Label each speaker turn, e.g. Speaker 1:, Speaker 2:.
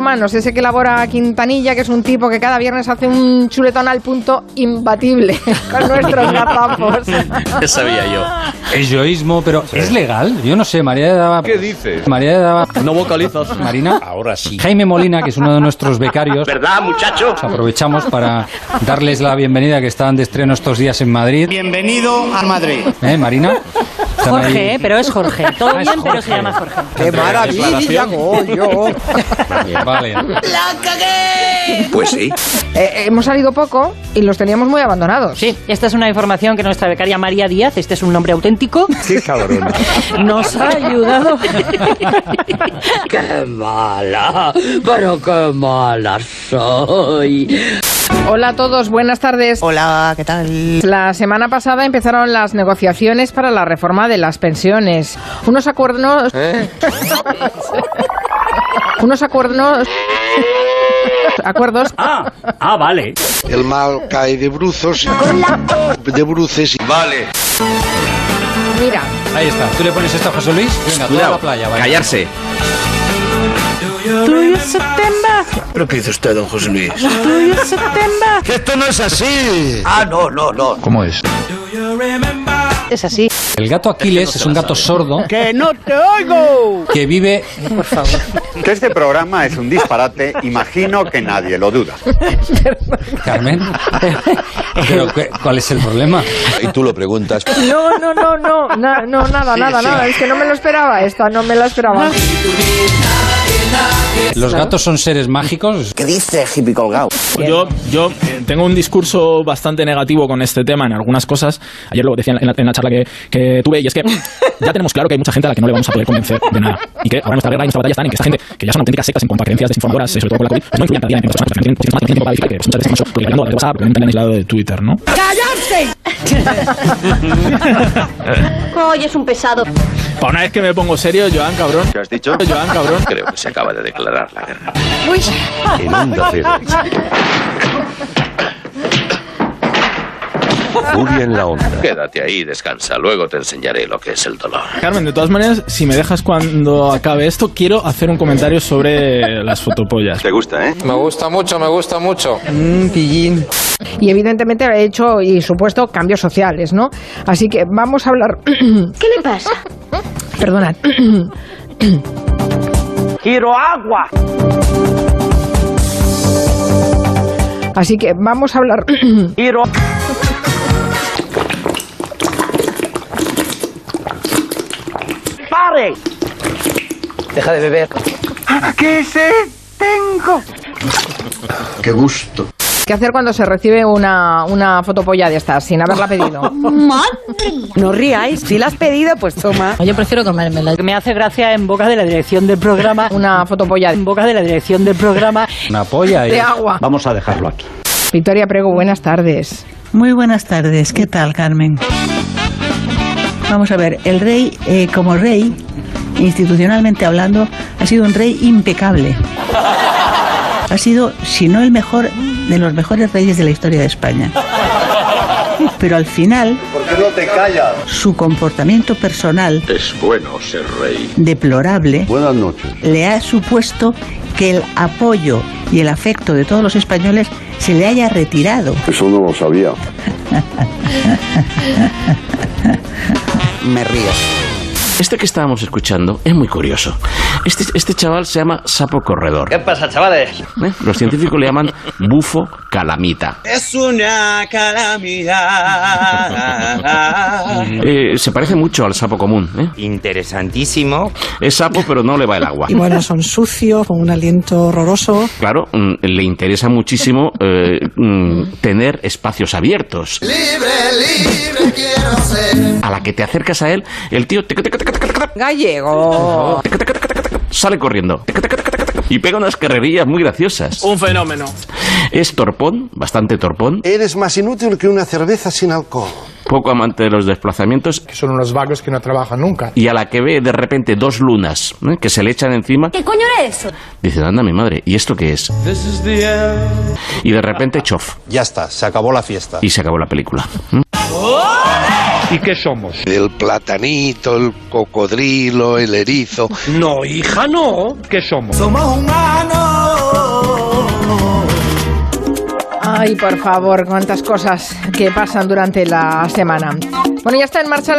Speaker 1: manos, ese que elabora Quintanilla, que es un tipo que cada viernes hace un chuletón al punto imbatible con nuestros gazapos. Eh,
Speaker 2: Ya sabía yo.
Speaker 3: Yoísmo, pero es legal. Yo no sé, María de Dava.
Speaker 4: ¿Qué dices?
Speaker 3: María de Dava.
Speaker 4: No vocalizas. Ah.
Speaker 3: Marina.
Speaker 2: Ahora sí.
Speaker 3: Jaime Molina, que es uno de nuestros becarios.
Speaker 2: ¿Verdad, muchacho?
Speaker 3: Os aprovechamos para darles la bienvenida que estaban de estreno estos días en Madrid.
Speaker 5: Bienvenido a Madrid.
Speaker 3: ¿Eh, Marina? Están ahí.
Speaker 6: Jorge, eh, pero es Jorge. Todo
Speaker 3: Ah, es
Speaker 6: bien, pero se
Speaker 3: Jorge.
Speaker 6: llama Jorge.
Speaker 5: ¡Qué maravilla, yo!
Speaker 3: Vale, vale.
Speaker 2: Pues sí.
Speaker 1: Eh, hemos salido poco y los teníamos muy abandonados.
Speaker 6: Sí, esta es una información que nuestra becaria María Díaz, este es un nombre auténtico,
Speaker 4: Qué cabrón.
Speaker 6: nos ha ayudado.
Speaker 7: ¡Qué mala! ¡Pero qué mala soy!
Speaker 1: Hola a todos, buenas tardes.
Speaker 8: Hola, ¿qué tal?
Speaker 1: La semana pasada empezaron las negociaciones para la reforma de las pensiones. Unos acuerdos. Unos acuerdos. Acuerdos.
Speaker 9: Ah, ah, vale.
Speaker 10: El mal cae de bruzos, de bruces. Vale.
Speaker 1: Mira,
Speaker 3: Ahí está. ¿Tú le pones esto a José Luis? Venga, toda la playa. vale.
Speaker 2: Callarse.
Speaker 6: Tuyo septiembre,
Speaker 10: ¿Pero qué dice usted, don José Luis?
Speaker 6: tuyo septiembre.
Speaker 10: ¡Que esto no es así!
Speaker 2: Ah, no, no, no.
Speaker 3: ¿Cómo es?
Speaker 6: Es así.
Speaker 3: El gato Aquiles es un gato sordo
Speaker 5: ¡Que no te oigo!
Speaker 3: que vive
Speaker 4: Que este programa es un disparate, imagino que nadie lo duda.
Speaker 3: Carmen. Pero, ¿cu- ¿cuál es el problema?
Speaker 4: Y tú lo preguntas.
Speaker 1: No, no, no, no, na- no, nada, nada, nada. Es que no me lo esperaba esta, no me la esperaba.
Speaker 3: ¿Los gatos son seres mágicos?
Speaker 5: ¿Qué dice hippie colgado?
Speaker 9: Pues Yo, yo eh, tengo un discurso bastante negativo con este tema en algunas cosas. Ayer lo decía en la, en la charla que, que tuve y es que ya tenemos claro que hay mucha gente a la que no le vamos a poder convencer de nada. Y que ahora nuestra guerra y nuestra batalla están en que esta gente, que ya son auténticas sectas en cuanto a creencias desinformadoras, eh, sobre todo por la COVID, pues no influyen cada día en las personas, porque tienen muchísimas más, tienen tiempo para verificar, que pues, muchas veces incluso porque bailando a la red de WhatsApp, porque no están aislado de Twitter, ¿no?
Speaker 6: Hoy es un pesado.
Speaker 9: Para una vez que me pongo serio, Joan, cabrón.
Speaker 2: ¿Qué has dicho?
Speaker 9: Joan, cabrón.
Speaker 2: Creo que se acaba de declarar la guerra.
Speaker 4: En Onda Cero. Julia en la Onda.
Speaker 2: Quédate ahí, descansa. Luego te enseñaré lo que es el dolor.
Speaker 9: Carmen, de todas maneras, si me dejas cuando acabe esto, quiero hacer un comentario sobre las fotopollas.
Speaker 2: Te gusta, ¿eh?
Speaker 10: Me gusta mucho, me gusta mucho.
Speaker 1: Y evidentemente ha hecho y supuesto cambios sociales, ¿no? Así que vamos a hablar.
Speaker 6: ¿Qué le pasa?
Speaker 1: Perdonad.
Speaker 5: ¡Quiero agua!
Speaker 1: Así que vamos a hablar.
Speaker 5: ¡Quiero ¡Pare!
Speaker 7: Deja de beber.
Speaker 5: ¿Qué se tengo?
Speaker 10: ¡Qué gusto!
Speaker 1: ¿Qué hacer cuando se recibe una, una fotopolla de estas sin haberla pedido?
Speaker 8: No ríais, si la has pedido, pues toma.
Speaker 6: Yo prefiero comérmela. Me hace gracia en boca de la dirección del programa.
Speaker 1: Una fotopolla
Speaker 6: En boca de la dirección del programa.
Speaker 3: Una polla y...
Speaker 1: de agua.
Speaker 4: Vamos a dejarlo aquí.
Speaker 1: Victoria Prego, buenas tardes.
Speaker 8: Muy buenas tardes, ¿qué tal, Carmen? Vamos a ver, el rey, eh, como rey, institucionalmente hablando, ha sido un rey impecable. Ha sido, si no el mejor, de los mejores reyes de la historia de España. Pero al final,
Speaker 4: ¿Por qué no te callas?
Speaker 8: su comportamiento personal
Speaker 2: Es bueno ser rey.
Speaker 8: deplorable
Speaker 10: Buenas noches.
Speaker 8: le ha supuesto que el apoyo y el afecto de todos los españoles se le haya retirado.
Speaker 10: Eso no lo sabía.
Speaker 5: Me río.
Speaker 7: Este que estábamos escuchando es muy curioso. Este, este chaval se llama Sapo Corredor.
Speaker 2: ¿Qué pasa, chavales?
Speaker 7: ¿eh? Los científicos le llaman bufo calamita.
Speaker 5: Es una calamidad.
Speaker 7: Eh, se parece mucho al sapo común. ¿eh?
Speaker 2: Interesantísimo.
Speaker 7: Es sapo, pero no le va el agua.
Speaker 8: bueno, son sucios, con un aliento horroroso.
Speaker 7: Claro, mm, le interesa muchísimo eh, mm, tener espacios abiertos. Libre, libre quiero ser. A la que te acercas a él, el tío tic, tic, tic, tic, tic, tic,
Speaker 8: Gallego.
Speaker 7: tic, tic, tic, tic, sale corriendo tic, tic, tic, tic, tic, y pega unas carrerillas muy graciosas.
Speaker 9: Un fenómeno.
Speaker 7: Es torpón, bastante torpón,
Speaker 10: Eres más inútil que una cerveza sin alcohol.
Speaker 7: poco amante de los desplazamientos
Speaker 10: Son unos vagos que no trabajan nunca.
Speaker 7: y a la que ve de repente dos lunas ¿eh? que se le echan encima,
Speaker 6: ¿Qué coño era eso?
Speaker 7: dice, anda mi madre, ¿y esto qué es? Y de repente chof,
Speaker 10: Ya está, se acabó la fiesta.
Speaker 7: y se acabó la película.
Speaker 4: ¿Y qué somos?
Speaker 10: El platanito, el cocodrilo, el erizo.
Speaker 4: No, hija, no. ¿Qué somos?
Speaker 5: Somos humanos.
Speaker 1: Ay, por favor, cuántas cosas que pasan durante la semana. Bueno, ya está en marcha la